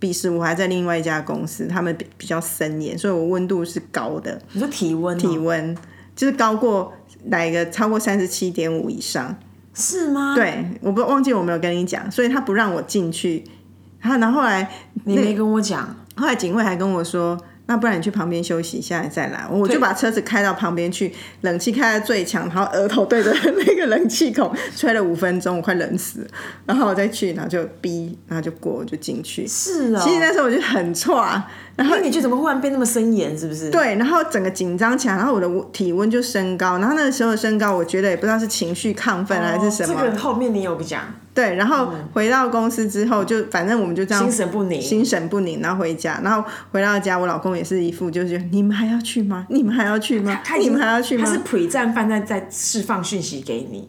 [SPEAKER 1] 彼时我还在另外一家公司，他们比比较森严，所以我温度是高的，
[SPEAKER 2] 你说体温、哦？
[SPEAKER 1] 体温就是高过哪一个超过三十七点五以上，
[SPEAKER 2] 是吗？，
[SPEAKER 1] 对，我不忘记我没有跟你讲，所以他不让我进去。然后，然后后来
[SPEAKER 2] 你没跟我讲，
[SPEAKER 1] 后来警卫还跟我说，那不然你去旁边休息一下，你再来。我就把车子开到旁边去，冷气开到最强，然后额头对着那个冷气孔 [laughs] 吹了五分钟，我快冷死了。然后我再去，然后就逼，然后就过，我就进去。
[SPEAKER 2] 是哦。
[SPEAKER 1] 其实那时候我就很错，然后
[SPEAKER 2] 那你就怎么忽然变那么森严？是不是？，
[SPEAKER 1] 对，然后整个紧张起来，然后我的体温就升高，然后那个时候的升高，我觉得也不知道是情绪亢奋还啊是什么，
[SPEAKER 2] 哦这个后面你有讲，
[SPEAKER 1] 对，然后回到公司之后，就反正我们就这样
[SPEAKER 2] 嗯心神不宁
[SPEAKER 1] 心神不宁，然后回家，然后回到家，我老公也是一副就是你们还要去吗？ [laughs] 你们还要去吗？
[SPEAKER 2] 他已
[SPEAKER 1] 你
[SPEAKER 2] 经
[SPEAKER 1] 们还要去吗
[SPEAKER 2] 他？是 pre 战犯在在释放讯息给你，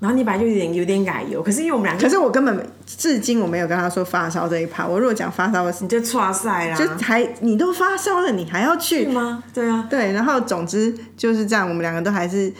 [SPEAKER 2] 然后你本来就有点有点奶油，可是因为我们两
[SPEAKER 1] 可
[SPEAKER 2] 个
[SPEAKER 1] 是我根本至今我没有跟他说发烧这一趴。我如果讲发烧，我是
[SPEAKER 2] 你就岔赛啦，啊
[SPEAKER 1] 就还你都发烧了，你还要去
[SPEAKER 2] 是吗？对啊，
[SPEAKER 1] 对，然后总之就是这样，我们两个都还是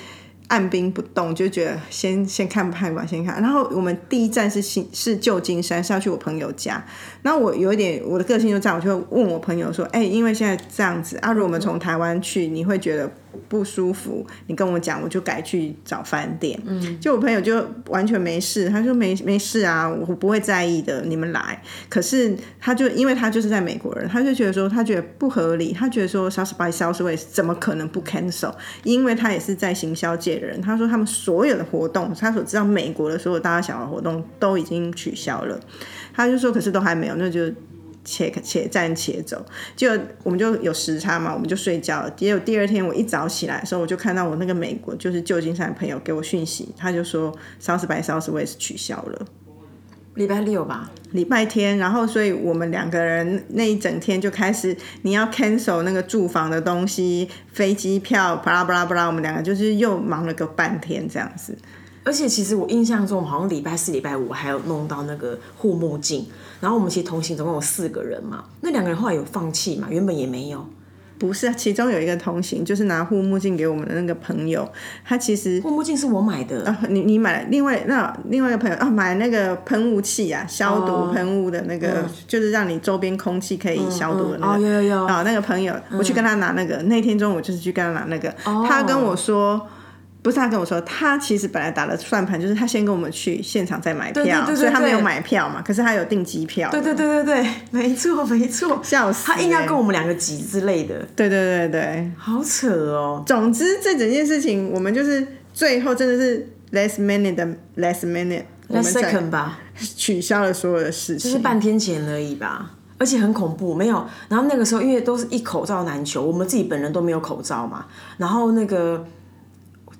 [SPEAKER 1] 按兵不动，就觉得先先看看吧，先看。然后我们第一站是新是旧金山，是要去我朋友家。然后我有一点我的个性就这样，我就会问我朋友说：“哎、因为现在这样子啊，如果我们从台湾去，你会觉得不舒服，你跟我讲，我就改去找饭店。”嗯，就我朋友就完全没事，他说没没事啊，我不会在意的，你们来。可是他就因为他就是在美国人，他就觉得说他觉得不合理，他觉得说 South by Southwest 怎么可能不 cancel？因为他也是在行销界的人，他说他们所有的活动，他所知道美国的所有大大小小的活动都已经取消了，他就说可是都还没有，那就。且且战且走，就我们就有时差嘛，我们就睡觉了。结果第二天我一早起来的时候，我就看到我那个美国就是旧金山的朋友给我讯息，他就说 South by Southwest 取消了。
[SPEAKER 2] 礼拜六吧，
[SPEAKER 1] 礼拜天，然后所以我们两个人那一整天就开始，你要 cancel 那个住房的东西、飞机票，巴拉巴拉巴拉，我们两个就是又忙了个半天这样子。
[SPEAKER 2] 而且其实我印象中，好像礼拜四、礼拜五还有弄到那个护目镜。然后我们其实同行总共有四个人嘛，那两个人后来有放弃嘛，原本也没有。
[SPEAKER 1] 不是，其中有一个同行就是拿护目镜给我们的那个朋友，他其实
[SPEAKER 2] 护目镜是我买的，
[SPEAKER 1] 啊，你你买另外那另外一个朋友啊，买那个喷雾器啊，消毒喷雾的那个，就是让你周边空气可以消毒的那
[SPEAKER 2] 哦嗯嗯哦嗯
[SPEAKER 1] 个。
[SPEAKER 2] 有有有
[SPEAKER 1] 啊，那个朋友，我去跟他拿那个，那天中午就是去跟他拿那个，
[SPEAKER 2] 哦
[SPEAKER 1] 他跟我说。不是他跟我说，他其实本来打的算盘就是他先跟我们去现场再买票，
[SPEAKER 2] 对对对对
[SPEAKER 1] 所以他没有
[SPEAKER 2] 对
[SPEAKER 1] 买票嘛，可是他有订机票。
[SPEAKER 2] 对对对对对，没错没错，
[SPEAKER 1] [laughs] 笑死
[SPEAKER 2] 他硬要
[SPEAKER 1] 欸
[SPEAKER 2] 跟我们两个挤之类的，
[SPEAKER 1] 对对对对，
[SPEAKER 2] 好扯哦。
[SPEAKER 1] 总之这整件事情，我们就是最后真的是 last minute 的 last minute，我
[SPEAKER 2] 那
[SPEAKER 1] 们才
[SPEAKER 2] second 吧，
[SPEAKER 1] 取消了所有的事
[SPEAKER 2] 就是
[SPEAKER 1] 情。
[SPEAKER 2] 半天前而已吧，而且很恐怖，没有。然后那个时候因为都是一口罩难求，我们自己本人都没有口罩嘛。然后那个，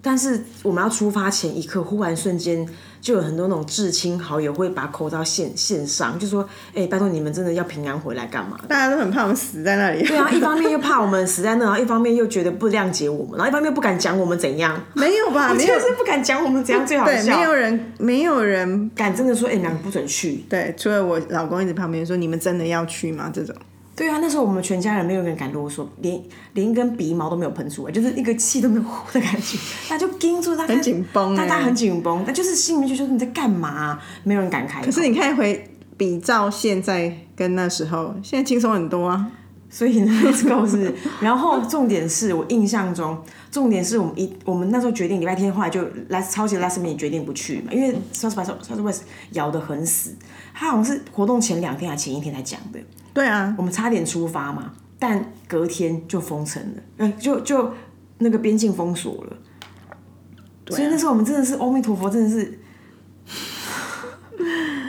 [SPEAKER 2] 但是我们要出发前一刻，忽然瞬间就有很多那种至亲好友会把口罩献献上，就说：“哎、拜托你们真的要平安回来干嘛？” [laughs]
[SPEAKER 1] 大家都很怕我们死在那里。
[SPEAKER 2] 对啊，一方面又怕我们死在那，然后一方面又觉得不谅解我们，然后一方面又不敢讲我们怎样。
[SPEAKER 1] [laughs] 没有吧？
[SPEAKER 2] 我
[SPEAKER 1] 没
[SPEAKER 2] 觉
[SPEAKER 1] 有
[SPEAKER 2] 得是不敢讲我们怎样最好
[SPEAKER 1] 对，
[SPEAKER 2] 笑。
[SPEAKER 1] 没有人，没有人
[SPEAKER 2] 敢真的说，哎、你们两个不准去。
[SPEAKER 1] 对，除了我老公一直旁边说你们真的要去吗？这种
[SPEAKER 2] 对啊，那时候我们全家人没有人敢啰嗦，连连一根鼻毛都没有喷出来，就是一个气都没有呼的感觉，那就盯住，大家
[SPEAKER 1] 很紧绷
[SPEAKER 2] 大
[SPEAKER 1] 欸
[SPEAKER 2] 家很紧绷，那就是心里面就觉得你在干嘛啊、没有人敢开口。
[SPEAKER 1] 可是你看回比照现在跟那时候，现在轻松很多啊。
[SPEAKER 2] 所以呢，Let's go 是，然后重点是我印象中，重点是我们一我们那时候决定礼拜天，后来就 last 超级 last minute 决定不去嘛，因为 South by South- Southwest 咬得很死，他好像是活动前两天还前一天才讲的，
[SPEAKER 1] 对啊，
[SPEAKER 2] 我们差点出发嘛，但隔天就封城了，嗯、就就那个边境封锁了。所以那时候我们真的是阿弥陀佛，真的是 [laughs]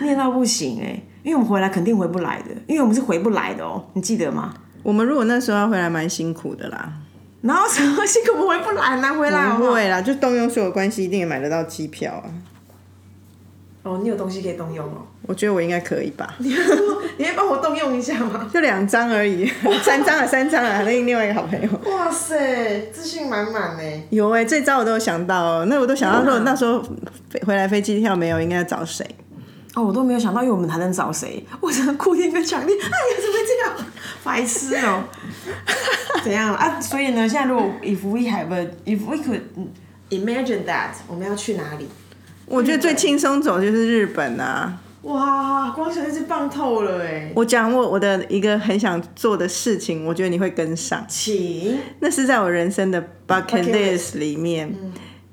[SPEAKER 2] 念到不行哎、因为我们回来肯定回不来的，因为我们是回不来的哦、你记得吗？
[SPEAKER 1] 我们如果那时候要回来，蛮辛苦的啦。
[SPEAKER 2] 然后什么辛苦我们回不来，难回来好
[SPEAKER 1] 不
[SPEAKER 2] 不好？
[SPEAKER 1] 会啦，就动用所有关系，一定也买得到机票啊。
[SPEAKER 2] 哦，你有东西可以动用哦，
[SPEAKER 1] 我觉得我应该可以吧，
[SPEAKER 2] 你会帮我你会帮我动用一下吗？
[SPEAKER 1] 就两张而已，三张啊，三张啊，那另外一个好朋友。
[SPEAKER 2] 哇塞，自信满满哎！
[SPEAKER 1] 有哎、这招我都有想到哦，那我都想到说那时候飞回来飞机票没有，应该要找谁？
[SPEAKER 2] 哦，我都没有想到，因为我们还能找谁？我只能哭天跟强烈，哎呀，怎么会这样？白痴哦、 [laughs] 怎样啊？所以呢，现在如果 if we have a, if we could imagine that，我们要去哪里？
[SPEAKER 1] 我觉得最轻松走就是日本啊。
[SPEAKER 2] 哇，光想就是棒透了哎、
[SPEAKER 1] 我讲我我的一个很想做的事情，我觉得你会跟上，
[SPEAKER 2] 请
[SPEAKER 1] 那是在我人生的 bucket
[SPEAKER 2] Bucket
[SPEAKER 1] list 里面，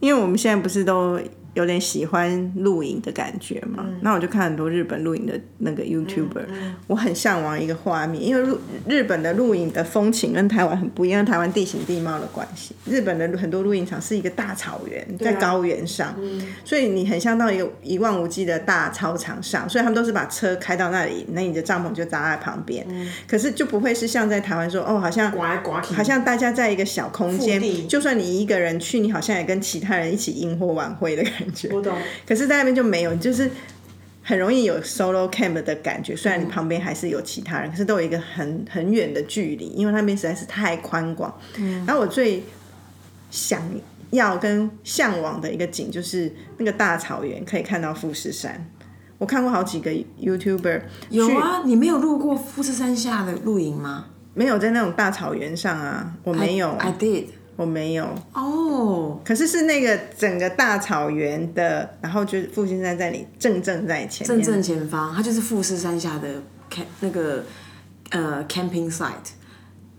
[SPEAKER 1] 因为我们现在不是都有点喜欢露营的感觉嘛，那我就看很多日本露营的那个 YouTuber，、我很向往一个画面，因为日日本的露营的风情跟台湾很不一样，台湾地形地貌的关系，日本的很多露营场是一个大草原，在高原上，所以你很像到一个一望无际的大操场上，所以他们都是把车开到那里，那你的帐篷就搭在旁边，可是就不会是像在台湾说哦，好像
[SPEAKER 2] 刮来刮去，
[SPEAKER 1] 好像大家在一个小空间
[SPEAKER 2] 腹地，
[SPEAKER 1] 就算你一个人去，你好像也跟其他人一起萤火晚会的感觉。
[SPEAKER 2] 我懂。
[SPEAKER 1] 可是，在那边就没有，就是很容易有 solo camp 的感
[SPEAKER 2] 嗯
[SPEAKER 1] 觉。虽然你旁边还是有其他人，可是都有一个很很远的距离，因为那边实在是太宽广。
[SPEAKER 2] 嗯
[SPEAKER 1] 然后我最想要跟向往的一个景，就是那个大草原可以看到富士山。我看过好几个 YouTuber
[SPEAKER 2] 有
[SPEAKER 1] 去
[SPEAKER 2] 啊，你没有路过富士山下的露营吗？
[SPEAKER 1] 没有在那种大草原上啊，我没有，
[SPEAKER 2] I, I did。
[SPEAKER 1] 我没有。
[SPEAKER 2] 哦，
[SPEAKER 1] 可是是那个整个大草原的，然后就是复兴山在你正正在前
[SPEAKER 2] 正
[SPEAKER 1] 面，
[SPEAKER 2] 正前方，它就是富士山下的 camp 那个呃 camping site。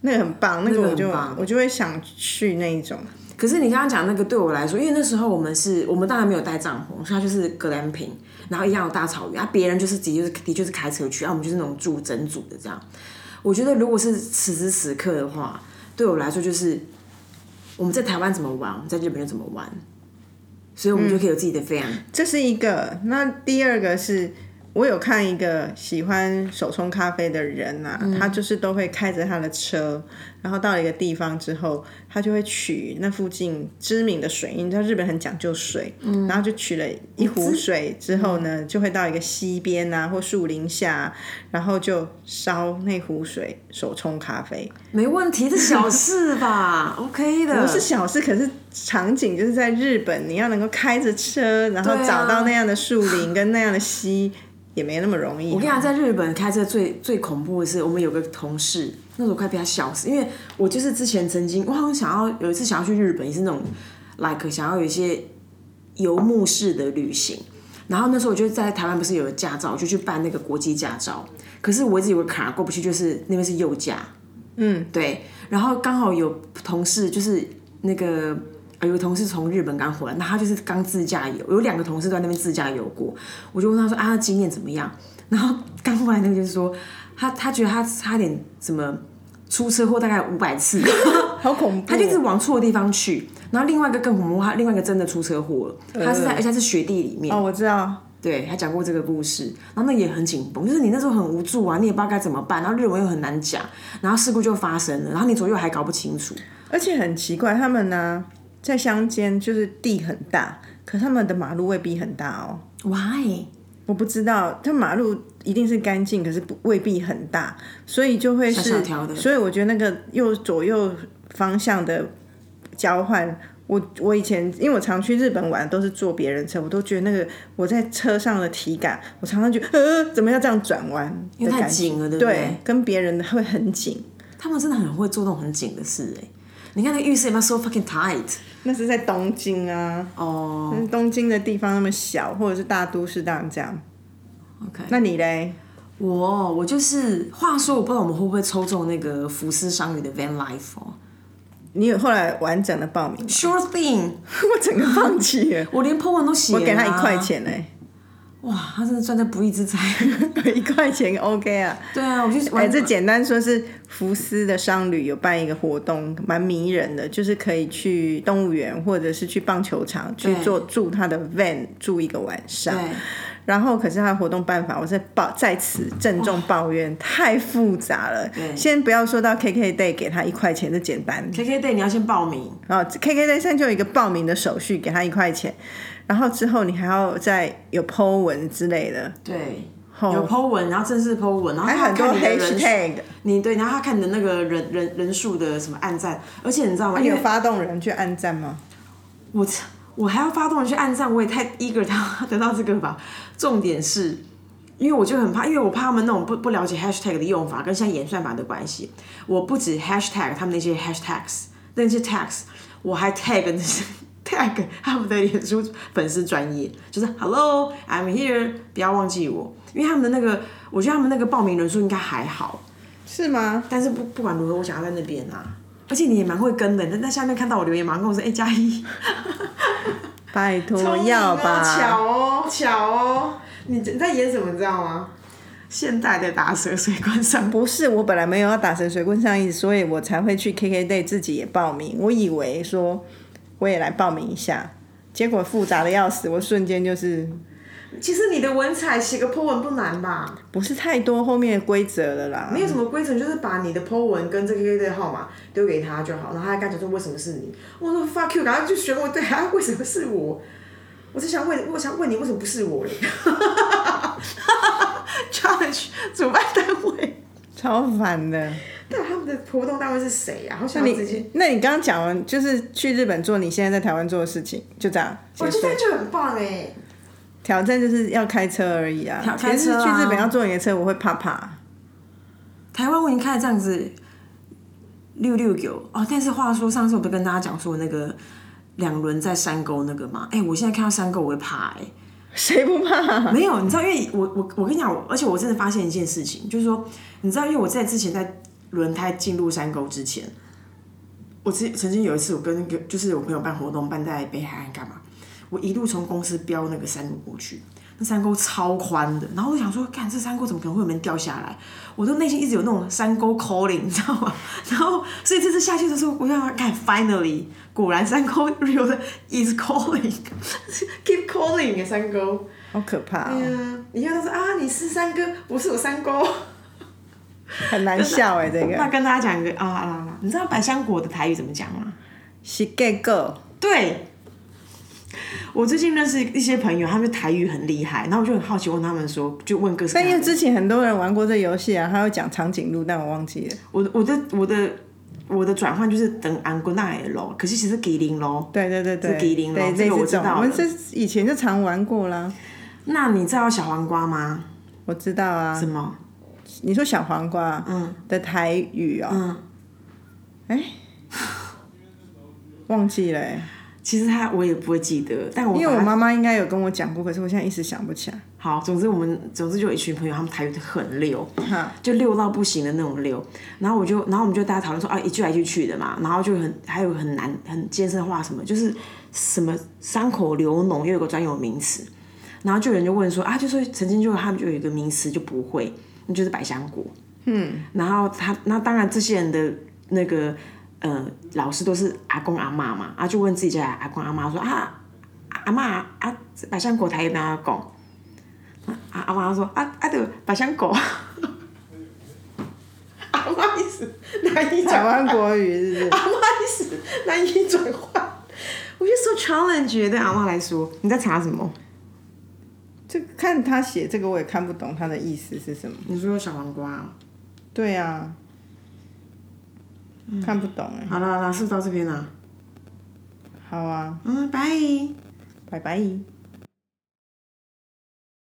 [SPEAKER 1] 那个很棒，那个我就
[SPEAKER 2] 那个很棒
[SPEAKER 1] 我就会想去那一种。
[SPEAKER 2] 可是你刚刚讲那个对我来说，因为那时候我们是我们当然没有带帐篷，所以它就是 glamping，然后一样有大草原，啊，别人就是的确是的确是开车去，啊，我们就是那种住整组的这样。我觉得如果是此时此刻的话，对我来说就是我们在台湾怎么玩，我们在日本就怎么玩，所以我们就可以有自己的 van，、
[SPEAKER 1] 这是一个。那第二个是我有看一个喜欢手冲咖啡的人啊，他就是都会开着他的车，然后到了一个地方之后，他就会取那附近知名的水，你知道日本很讲究水，然后就取了一壶水之后呢，就会到一个溪边啊或树林下啊，然后就烧那壶水手冲咖啡。
[SPEAKER 2] 没问题，这小事吧，OK 的。
[SPEAKER 1] 不是小事，可是场景就是在日本，你要能够开着车，然后
[SPEAKER 2] 对啊
[SPEAKER 1] 找到那样的树林跟那样的溪，也没那么容易。
[SPEAKER 2] 我跟你讲，在日本开车最最恐怖的是，我们有个同事，那时候快被他笑死，因为我就是之前曾经，我好像想要有一次想要去日本，也是那种 like 想要有一些游牧式的旅行。然后那时候我就在台湾不是有个驾照，我就去办那个国际驾照，可是我一直有个卡过不去，就是那边是右驾，嗯，对。然后刚好有同事就是那个呃有个同事从日本刚回来，那他就是刚自驾游，有两个同事都在那边自驾游过，我就问他说啊经验怎么样？然后刚过来那个就是说他他觉得他差点什么出车祸大概五百次， [laughs]
[SPEAKER 1] 好恐怖哦！
[SPEAKER 2] 他就是往错地方去。然后另外一个更恐怖，他另外一个真的出车祸了，他是在、而且他是雪地里面，
[SPEAKER 1] 哦，我知道，
[SPEAKER 2] 对他讲过这个故事，然后那也很紧绷，就是你那时候很无助啊，你也不知道该怎么办，然后日文又很难讲，然后事故就发生了，然后你左右还搞不清楚，
[SPEAKER 1] 而且很奇怪，他们呢在乡间就是地很大，可他们的马路未必很大哦。
[SPEAKER 2] why？
[SPEAKER 1] 我不知道，它马路一定是干净，可是不未必很大，所以就会是，
[SPEAKER 2] 小小条的
[SPEAKER 1] 所以我觉得那个右左右方向的交换。我我以前因为我常去日本玩，都是坐别人车，我都觉得那个我在车上的体感，我常常觉得呃怎么要这样转弯
[SPEAKER 2] 因
[SPEAKER 1] 的
[SPEAKER 2] 为
[SPEAKER 1] 感觉，
[SPEAKER 2] 太紧了对不对
[SPEAKER 1] 对，跟别人的会很紧，
[SPEAKER 2] 他们真的很会做那种很紧的事哎、你看那个浴室有没有 so fucking tight？
[SPEAKER 1] 那是在东京啊，
[SPEAKER 2] 哦、
[SPEAKER 1] 但是东京的地方那么小，或者是大都市当然这样。
[SPEAKER 2] o k
[SPEAKER 1] 那你嘞？
[SPEAKER 2] 我我就是，话说我不知道我们会不会抽中那个福斯商旅的 van life 哦
[SPEAKER 1] 你有后来完整的报名吗？ [laughs]
[SPEAKER 2] ，sure thing，
[SPEAKER 1] 我整个放弃了，
[SPEAKER 2] 我连 po 文都写、啊，
[SPEAKER 1] 我给他一块，钱嘞、欸 [laughs]
[SPEAKER 2] 哇，他真的赚在不义之财。 [laughs]
[SPEAKER 1] 一块钱 OK 啊。
[SPEAKER 2] 对啊，我就是
[SPEAKER 1] 哎、
[SPEAKER 2] 玩
[SPEAKER 1] 这简单说是福斯的商旅有办一个活动，蛮迷人的，就是可以去动物园或者是去棒球场去
[SPEAKER 2] 对
[SPEAKER 1] 做住他的 van 住一个晚上。
[SPEAKER 2] 对。
[SPEAKER 1] 然后，可是他的活动办法，我在抱在此郑重抱怨太复杂了。
[SPEAKER 2] 对
[SPEAKER 1] 先不要说到 KK day 给他一块钱，这简单。
[SPEAKER 2] K K Day 你要先报名，
[SPEAKER 1] 然后 KK day 现在就有一个报名的手续，给他一块钱，然后之后你还要再有 Po 文之类的，
[SPEAKER 2] 对，
[SPEAKER 1] 哦
[SPEAKER 2] 有 Po 文，然后正式 Po 文，然后
[SPEAKER 1] 还
[SPEAKER 2] 他
[SPEAKER 1] 很多
[SPEAKER 2] 看你的人数，
[SPEAKER 1] hashtag。
[SPEAKER 2] 你对，然后他看你的那个人人人数的什么暗赞，而且你知道吗？
[SPEAKER 1] 你
[SPEAKER 2] 因
[SPEAKER 1] 有
[SPEAKER 2] 为
[SPEAKER 1] 发动人去按赞吗？
[SPEAKER 2] 我我还要发动人去暗赞，我也太 eager 他 [laughs] 得到这个吧。重点是，因为我就很怕，因为我怕他们那种不不了解 hashtag 的用法跟现在演算法的关系，我不止 hashtag 他们那些 hashtags 那些 tags，我还 tag 那些 [laughs] tag 他们的脸书粉丝专业，就是 hello I'm here，不要忘记我，因为他们的那个，我觉得他们那个报名人数应该还好，
[SPEAKER 1] 是吗？
[SPEAKER 2] 但是不不管如何，我想要在那边啊。而且你也蛮会跟的，你在下面看到我留言，马上跟我说：“哎、嘉一，
[SPEAKER 1] 拜
[SPEAKER 2] 聪
[SPEAKER 1] 托
[SPEAKER 2] 明哦
[SPEAKER 1] 要吧，
[SPEAKER 2] 巧哦，巧哦！你你在演什么？你知道吗？现代的打蛇随棍上。
[SPEAKER 1] 不是我本来没有要打成水棍上意，所以我才会去 KK day 自己也报名。我以为说我也来报名一下，结果复杂的要死，我瞬间就是
[SPEAKER 2] 其实你的文采写个 po 文不难吧？
[SPEAKER 1] 不是太多后面的规则了啦
[SPEAKER 2] 没。有什么规则，你就是把你的 po 文跟这个 K 的号码丢给他就好，然后他还跟他讲说为什么是你。我说 fuck you，然后就选我对啊，为什么是我？我只想问，我想问你为什么不是我嘞 [laughs] ？Challenge 主办单位，
[SPEAKER 1] 超烦的。
[SPEAKER 2] 但他们的活动单位是谁呀、啊？好
[SPEAKER 1] 那
[SPEAKER 2] 想要直接
[SPEAKER 1] 你那你刚刚讲完就是去日本做你现在在台湾做的事情，就这样
[SPEAKER 2] 我
[SPEAKER 1] 结
[SPEAKER 2] 觉
[SPEAKER 1] 束
[SPEAKER 2] 得。就很棒哎、
[SPEAKER 1] 挑战就是要开车而已啊，
[SPEAKER 2] 挑开
[SPEAKER 1] 其实
[SPEAKER 2] 车啊
[SPEAKER 1] 去日本要坐你的车，我会怕怕。
[SPEAKER 2] 台湾我已经开了这样子六六九哦，但是话说上次我不是跟大家讲说那个两轮在山沟那个嘛，哎、我现在看到山沟我会怕哎、
[SPEAKER 1] 谁不怕？
[SPEAKER 2] 没有，你知道，因为我我我跟你讲，我而且我真的发现一件事情，就是说，你知道，因为我在之前在轮胎进入山沟之前，我之曾经有一次，我跟一个就是我朋友办活动，办在北海岸干嘛，我一路从公司飙那个山路过去，那山沟超宽的，然后我想说，看这山沟怎么可能会有人掉下来？我都内心一直有那种山沟 calling，你知道吗？ [laughs] 然后所以这次下去的时候，我想看，finally，果然山沟 [laughs] real 的 is calling，keep calling 山沟。
[SPEAKER 1] 好可怕、
[SPEAKER 2] 对
[SPEAKER 1] 哦，
[SPEAKER 2] 啊，你看他说啊，你是三哥，我是我三哥。
[SPEAKER 1] 很难笑哎、这
[SPEAKER 2] [laughs] 那
[SPEAKER 1] 个
[SPEAKER 2] 跟大家讲一个啊啊啊！你知道百香果的台语怎么讲吗？
[SPEAKER 1] 是 gay girl，
[SPEAKER 2] 对，我最近认识一些朋友，他们台语很厉害，然后我就很好奇问他们说，就问各式各
[SPEAKER 1] 但因
[SPEAKER 2] 样
[SPEAKER 1] 为
[SPEAKER 2] 的。
[SPEAKER 1] 之前很多人玩过这游戏啊，他会讲长颈鹿，但我忘记了。
[SPEAKER 2] 我的我的我的我的转换就是等安哥那也咯，可是其实吉林咯。
[SPEAKER 1] 对对对对，
[SPEAKER 2] 哦是吉林咯
[SPEAKER 1] 对，
[SPEAKER 2] 这个
[SPEAKER 1] 类似
[SPEAKER 2] 我知
[SPEAKER 1] 这种
[SPEAKER 2] 道
[SPEAKER 1] 我们
[SPEAKER 2] 了
[SPEAKER 1] 这以前就常玩过啦。
[SPEAKER 2] 那你知道小黄瓜吗？
[SPEAKER 1] 我知道啊
[SPEAKER 2] 什，么？
[SPEAKER 1] 你说小黄瓜，嗯，的台语哦，嗯，哎，忘记了、欸，
[SPEAKER 2] 其实他我也不会记得，但我
[SPEAKER 1] 因为
[SPEAKER 2] 把
[SPEAKER 1] 我
[SPEAKER 2] 它
[SPEAKER 1] 妈妈应该有跟我讲过，可是我现在一时想不起
[SPEAKER 2] [laughs]
[SPEAKER 1] 来。
[SPEAKER 2] 好，总之我们总之就有一群朋友，他们台语很溜，
[SPEAKER 1] 哈，
[SPEAKER 2] 就溜到不行的那种溜。然后我就，然后我们就大家讨论说啊，一句来一句去的嘛，然后就很还有很难很艰深的话什么，就是什么伤口流脓，又有个专有名词。然后就有人就问说啊，就说曾经就他们就有一个名词就不会，那就是百香果。嗯，然后他那当然这些人的那个呃老师都是阿公阿妈嘛，啊就问自己家的阿公阿妈说啊啊阿妈啊百香果台语怎么讲？啊阿妈说啊啊对百香果。 [laughs] 阿妈一时难以
[SPEAKER 1] 台
[SPEAKER 2] 转换
[SPEAKER 1] 湾国语是不
[SPEAKER 2] 阿妈一时难以转换。我就说 challenge 对阿妈来说，你在查什么？
[SPEAKER 1] 是？就看他写这个，我也看不懂他的意思是什么。
[SPEAKER 2] 你说小黄瓜、啊。
[SPEAKER 1] 对啊，
[SPEAKER 2] 嗯
[SPEAKER 1] 看不懂哎、
[SPEAKER 2] 好了好了，是不是到这边了？
[SPEAKER 1] 好啊，
[SPEAKER 2] 嗯，拜。
[SPEAKER 1] 拜拜。